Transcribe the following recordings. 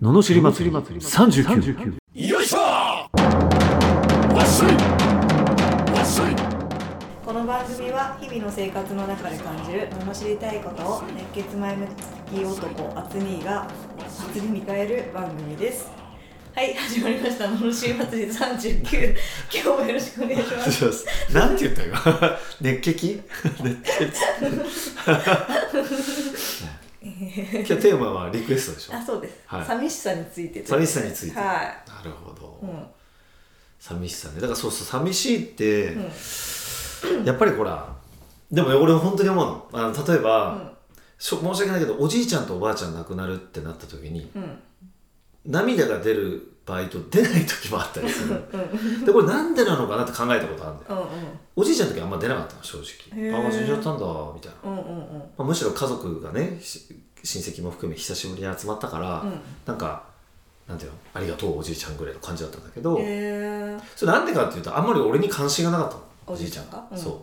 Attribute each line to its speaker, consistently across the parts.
Speaker 1: ののしり祭り39
Speaker 2: よいしょわっしょいわっしょい
Speaker 3: この番組は日々の生活の中で感じる罵りたいことを熱血前向き男アツニーが祭りに変える番組ですはい始まりました罵り祭り39今日もよろしくお願いします
Speaker 1: そうですなんて言った今 熱血今日テーマはリクエストでしょ
Speaker 3: あそうです、
Speaker 1: はい
Speaker 3: 寂しさについて
Speaker 1: 寂しさについて
Speaker 3: は
Speaker 1: なるほど、
Speaker 3: い、うん
Speaker 1: 寂しさねだからそうそう寂しいって、
Speaker 3: うん
Speaker 1: やっぱりほらでも俺本当に思うのあの例えば、しょ申し訳ないけどおじいちゃんとおばあちゃん亡くなるってなった時に
Speaker 3: うんうん
Speaker 1: 涙が出る場合と出ない時もあったりする
Speaker 3: うん
Speaker 1: でこれなんでなのかなって考えたことあるんだよ
Speaker 3: うん
Speaker 1: おじいちゃんの時あんま出なかったの正直
Speaker 3: へー
Speaker 1: ああ死んじゃったんだみたいな、
Speaker 3: うんうんうんうん
Speaker 1: まあ、むしろ家族がねし親戚も含め久しぶりに集まったから、
Speaker 3: うん
Speaker 1: なんかなんていうのありがとうおじいちゃんぐらいの感じだったんだけど、
Speaker 3: へー
Speaker 1: それなんでかっていうとあんまり俺に関心がなかったのお
Speaker 3: お
Speaker 1: じい
Speaker 3: じい
Speaker 1: ち
Speaker 3: ち
Speaker 1: ゃ
Speaker 3: ゃ
Speaker 1: ん
Speaker 3: ん
Speaker 1: が
Speaker 3: が、うん
Speaker 1: そう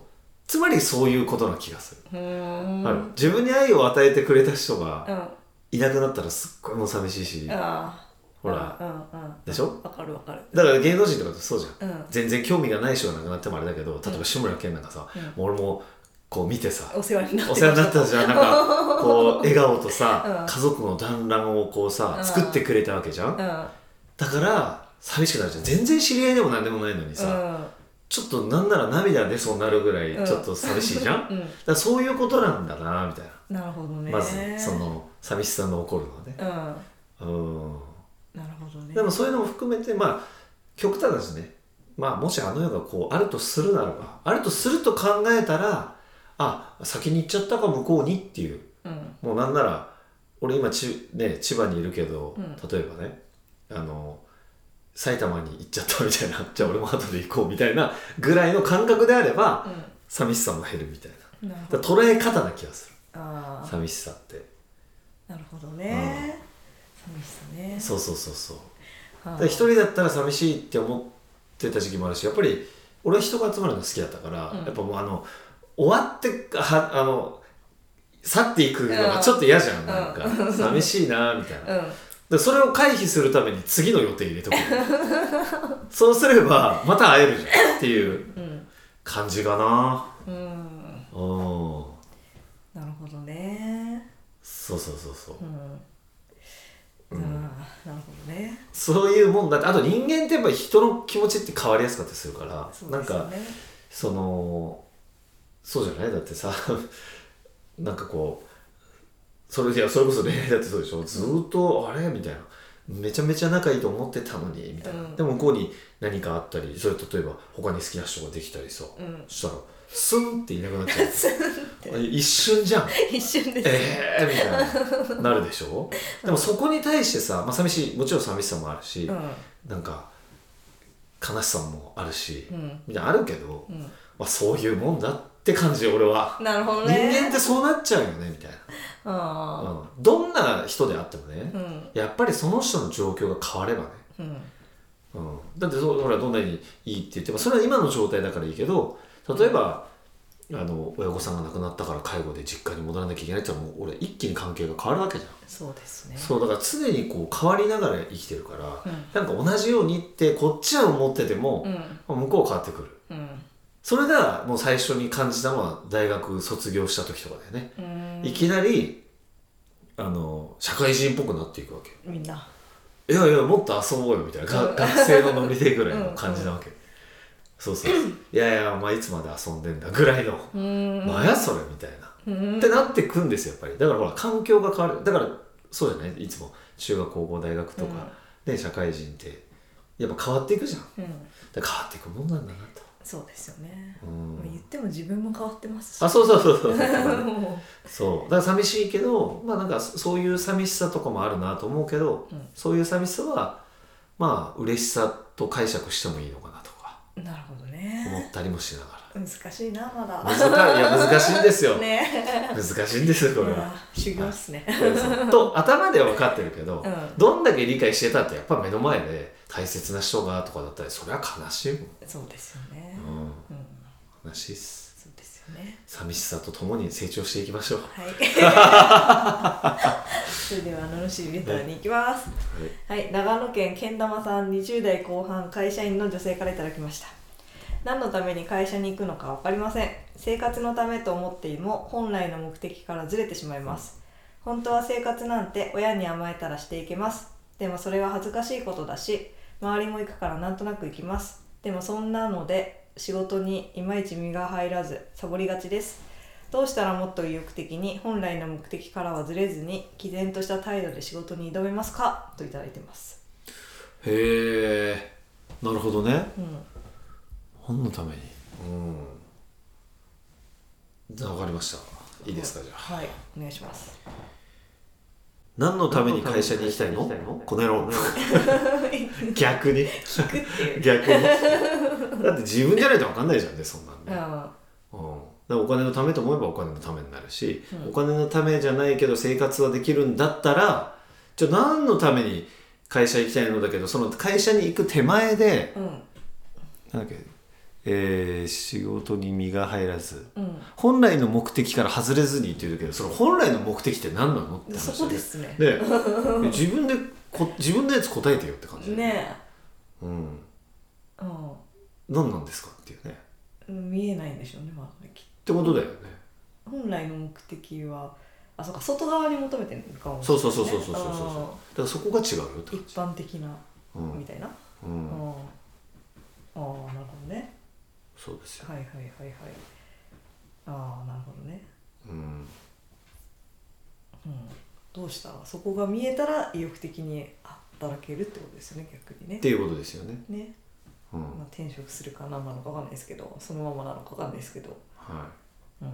Speaker 1: つまりそういうことな気がする、
Speaker 3: うーん
Speaker 1: ある自分に愛を与えてくれた人
Speaker 3: う
Speaker 1: が
Speaker 3: ん
Speaker 1: いなくなったらすっごいもう寂しいし、
Speaker 3: あ
Speaker 1: ほら、
Speaker 3: ーうんうん
Speaker 1: でしょ
Speaker 3: わかるわかる
Speaker 1: だから芸能人とかってそうじゃん、
Speaker 3: うん
Speaker 1: 全然興味がない人が亡くなってもあれだけど例えば志村けんなんかさ、
Speaker 3: うん
Speaker 1: もう俺もこう見てさ、
Speaker 3: お世話になって
Speaker 1: お世話になったじゃんなん かこう笑顔とさ、
Speaker 3: うん
Speaker 1: 家族の団らんをこうさ
Speaker 3: うん
Speaker 1: 作ってくれたわけじゃん、だから寂しくなるじゃん全然知り合いでも何でもないのに
Speaker 3: う
Speaker 1: さ、
Speaker 3: ん
Speaker 1: ちょっとなんなら涙出そうになるぐら
Speaker 3: う
Speaker 1: い
Speaker 3: ん
Speaker 1: ちょっと寂しいじ ゃん、だか
Speaker 3: うん
Speaker 1: らそういうことなんだなみたいな、
Speaker 3: なるほどね
Speaker 1: まずその寂しさの起こるのはね
Speaker 3: うんな
Speaker 1: う
Speaker 3: るほどね
Speaker 1: んでもそういうのも含めてまあ極端だしねまあもしあの世がこうあるとするならばあるとすると考えたらあ先に行っちゃったか向こうにっていう
Speaker 3: うん
Speaker 1: もうなんなら俺今ち、ね、千葉にいるけど、
Speaker 3: うん
Speaker 1: 例えばねあの埼玉に行っちゃったみたいな じゃあ俺も後で行こうみたいなぐらいの感覚であれば寂しさも減るみたいな
Speaker 3: うんなるほ
Speaker 1: だ
Speaker 3: ど
Speaker 1: から捉え方な気がする
Speaker 3: あ
Speaker 1: 寂しさって
Speaker 3: あなるほどね寂しさね
Speaker 1: そうそうそうそう
Speaker 3: あ
Speaker 1: だ
Speaker 3: ー
Speaker 1: から一人だったら寂しいって思ってた時期もあるしやっぱり俺は人が集まるの好きだったから、
Speaker 3: うん
Speaker 1: やっぱもうあの終わってはあの去っていくのがちょっと嫌じゃん、
Speaker 3: ん
Speaker 1: なんか、
Speaker 3: うん
Speaker 1: 寂しいなみたいな、
Speaker 3: うん
Speaker 1: でそれを回避するために次の予定入れとく そうすればまた会えるじゃんっていう
Speaker 3: うん
Speaker 1: 感じかな
Speaker 3: うん
Speaker 1: うん
Speaker 3: なるほどね
Speaker 1: そうそうそうそう、
Speaker 3: うんあ
Speaker 1: う
Speaker 3: ー
Speaker 1: ん
Speaker 3: なるほどね
Speaker 1: そういうもんだってあと人間ってやっぱり人の気持ちって変わりやすかったりするから、
Speaker 3: そう
Speaker 1: なん
Speaker 3: ですよ
Speaker 1: か
Speaker 3: ね
Speaker 1: そのそうじゃないだってさ なんかこうそれいやそれこそ恋愛だってそうでしょずーっと、あれみたいなめちゃめちゃ仲いいと思ってたのにみたいな、
Speaker 3: うん
Speaker 1: でも向こうに何かあったりそれ例えば他に好きな人ができたりさ、
Speaker 3: うん
Speaker 1: そしたらスンっていなくなっちゃ
Speaker 3: スン
Speaker 1: う一瞬 じゃん
Speaker 3: 一瞬です
Speaker 1: ええー、みたいななるでしょでもそこに対してさ、まあ、寂しいもちろん寂しさもあるし、
Speaker 3: うん
Speaker 1: なんか悲しさもあるし、
Speaker 3: うん
Speaker 1: みたいなあるけど、
Speaker 3: うん
Speaker 1: まあ、そういうもんだって感じ俺は、
Speaker 3: なるほど
Speaker 1: 人
Speaker 3: ね
Speaker 1: 間ってそうなっちゃうよねみたいな、
Speaker 3: あ
Speaker 1: うん、どんな人であってもね
Speaker 3: あ、うん
Speaker 1: やっぱりその人の状況が変わればね、
Speaker 3: うん
Speaker 1: うん、だってそうほらどんなにいいって言ってもそれは今の状態だからいいけど例えば、あの親御さんが亡くなったから介護で実家に戻らなきゃいけないって言ったらもう俺一気に関係が変わるわけじゃん、
Speaker 3: そうですね
Speaker 1: そうだから常にこう変わりながら生きてるから、
Speaker 3: うん
Speaker 1: なんか同じようにってこっちは思ってても
Speaker 3: う、ん
Speaker 1: 向こうは変わってくる
Speaker 3: うん
Speaker 1: それがもう最初に感じたのは大学卒業した時とかだよね、
Speaker 3: うん
Speaker 1: いきなりあの社会人っぽくなっていくわけ
Speaker 3: みんな、
Speaker 1: いやいやもっと遊ぼうよみたいなが
Speaker 3: うん
Speaker 1: 学生のノリでぐらいの感じなわけそうそういやいやお前いつまで遊んでんだぐらいの
Speaker 3: うーん
Speaker 1: なんやそれみたいな、
Speaker 3: うん
Speaker 1: ってなってくんですよやっぱりだからほら環境が変わるだからそうじゃないいつも中学高校大学とかで社会人ってやっぱ変わっていくじゃん
Speaker 3: うん、
Speaker 1: だから変わっていくもんなんだなと
Speaker 3: そうですよね、
Speaker 1: う
Speaker 3: まあ言っ
Speaker 1: ん
Speaker 3: ても自分も変わってますし
Speaker 1: あそうそうそうそう
Speaker 3: も
Speaker 1: そうだから寂しいけどまあなんかそそういう寂しさとかもあるなと思うけど、
Speaker 3: うん
Speaker 1: そういう寂しさはまあ嬉しさと解釈してもいいのかなとか
Speaker 3: うなるほど
Speaker 1: 思
Speaker 3: ね
Speaker 1: ったりもしながら
Speaker 3: 難しいなまだ
Speaker 1: 難いいや難しいんですよ、
Speaker 3: ね
Speaker 1: 難しいんですよこれ
Speaker 3: いや
Speaker 1: は。
Speaker 3: 修行っすね
Speaker 1: と頭では分かってるけど、
Speaker 3: うん
Speaker 1: どんだけ理解してたってやっぱ目の前で大切な人がとかだったらそれは悲しいも
Speaker 3: そうですよね
Speaker 1: ん、
Speaker 3: うん
Speaker 1: うん、悲しいっす
Speaker 3: そうですね
Speaker 1: 寂しさとともに成長していきましょう、は
Speaker 3: はいそれでは楽しいレターに行きます
Speaker 1: い、
Speaker 3: はい、長野県けん玉さん20代後半会社員の女性からいただきました何のために会社に行くのか分かりません生活のためと思っていも本来の目的からずれてしまいます本当は生活なんて親に甘えたらしていけますでもそれは恥ずかしいことだし周りも行くからなんとなく行きますでもそんなので仕事にいまいち身が入らずサボりがちですどうしたらもっと意欲的に本来の目的からはずれずに毅然とした態度で仕事に挑めますかといただいてます
Speaker 1: へえなるほどね
Speaker 3: うん
Speaker 1: 何のためにうんじゃあ分かりましたいいですかじゃあ
Speaker 3: はいお願いします
Speaker 1: 何のために会社に行きたいのこの野 郎逆 に
Speaker 3: 聞くっていう
Speaker 1: 逆 にだって自分じゃないと分かんないじゃんねそんなんね、
Speaker 3: あ
Speaker 1: うん、だからお金のためと思えばお金のためになるし、
Speaker 3: うん
Speaker 1: お金のためじゃないけど生活はできるんだったらじゃあ何のために会社行きたいのだけどその会社に行く手前で
Speaker 3: うん
Speaker 1: なんだっけ、えー仕事に身が入らず
Speaker 3: うん
Speaker 1: 本来の目的から外れずにって言うけどその本来の目的って何なのって話だよね
Speaker 3: そこですね
Speaker 1: で自分でこ自分のやつ答えてよって感じだよ
Speaker 3: ね
Speaker 1: うん
Speaker 3: え
Speaker 1: 何なんですかっていうねっ
Speaker 3: うん見えないんでしょうねまだきって
Speaker 1: ことだよね
Speaker 3: と本来の目的はあそうか外側に求めてるのかも
Speaker 1: そうそうそうそうそうそうそうだ
Speaker 3: あ
Speaker 1: からそこが違うよって
Speaker 3: ー一般的な
Speaker 1: う
Speaker 3: み
Speaker 1: ん、
Speaker 3: たいな
Speaker 1: うん
Speaker 3: あーあーなるほどね
Speaker 1: そうですよ、
Speaker 3: はいはいはいはいああなるほどね
Speaker 1: うん、
Speaker 3: うんどうしたそこが見えたら意欲的に働けるってことですよね逆にね
Speaker 1: っていうことですよね、
Speaker 3: ね、
Speaker 1: うん
Speaker 3: まあ、転職するか何なのかわかんないですけどそのままなのかわかんないですけど
Speaker 1: は
Speaker 3: うん、
Speaker 1: い、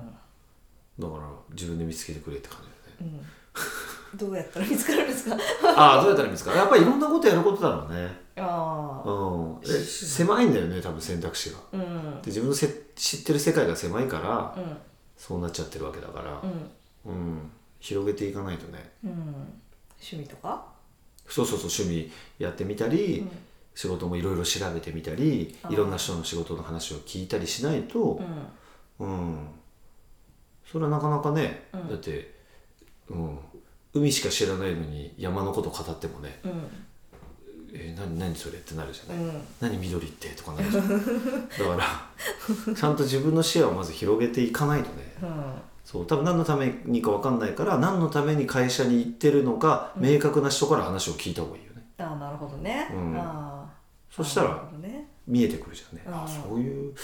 Speaker 1: だから自分で見つけてくれって感じだよね
Speaker 3: うん、どうやったら見つかるんですか
Speaker 1: ああどうやったら見つかるやっぱりいろんなことやることだろうね、
Speaker 3: ああ
Speaker 1: うん、え狭いんだよね多分選択肢が
Speaker 3: うんうん
Speaker 1: で自分のせ知ってる世界が狭いから、
Speaker 3: うん
Speaker 1: そうなっちゃってるわけだから
Speaker 3: う
Speaker 1: う
Speaker 3: ん、
Speaker 1: ん、広げていかないとね
Speaker 3: 趣味とか、
Speaker 1: そうそうそう趣味やってみたり、
Speaker 3: うん
Speaker 1: 仕事もいろいろ調べてみたり
Speaker 3: あー
Speaker 1: いろんな人の仕事の話を聞いたりしないと
Speaker 3: う、ん、
Speaker 1: うんそれはなかなかね、
Speaker 3: うん
Speaker 1: だって、うん、海しか知らないのに山のこと語ってもね
Speaker 3: うん
Speaker 1: 「えー、何何それ?」ってなるじゃ
Speaker 3: う
Speaker 1: ない「
Speaker 3: ん
Speaker 1: 何緑って?」とかなるじゃないだ からちゃんと自分の視野をまず広げていかないとね
Speaker 3: うん
Speaker 1: そう多分何のためにか分かんないから何のために会社に行ってるのか明確な人から話を聞いた方がいいよね、
Speaker 3: ああなるほどね、
Speaker 1: うん
Speaker 3: ああ
Speaker 1: そしたら
Speaker 3: なるほどね
Speaker 1: 見えてくるじゃんね、
Speaker 3: あ
Speaker 1: あ
Speaker 3: ー
Speaker 1: そういう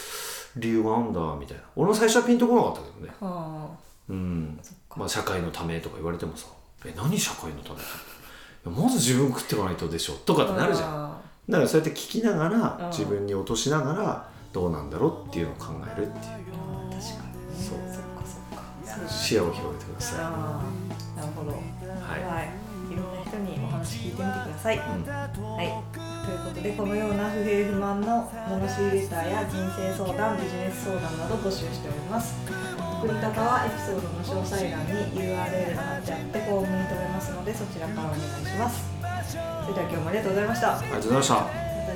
Speaker 1: 理由があるんだみたいな俺も最初はピンとこなかったけどね
Speaker 3: はあ
Speaker 1: うん
Speaker 3: そっか、
Speaker 1: まあ、社会のためとか言われてもさ「え何社会のため?」いやまず自分食ってかないとでしょとかってなるじゃん
Speaker 3: ん
Speaker 1: だからそうやって聞きなが
Speaker 3: うん
Speaker 1: ら自分に落としながらどうなんだろうっていうのを考えるっていう
Speaker 3: 確かに
Speaker 1: そう
Speaker 3: そっかそっかそう
Speaker 1: 視野を広げてくださ
Speaker 3: ああなるほどはい、、
Speaker 1: い、はい
Speaker 3: ろんな人にお話聞いてみてください、
Speaker 1: いうん、
Speaker 3: はい、ということでこのような不平不満の罵りレターや人生相談ビジネス相談など募集しております送り方はエピソードの詳細欄に URL が貼ってあってフォームに飛べますのでそちらからお願いしますそれでは今日もありがとうございましたま
Speaker 1: ありがとうございました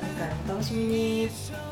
Speaker 3: た次回もお楽しみに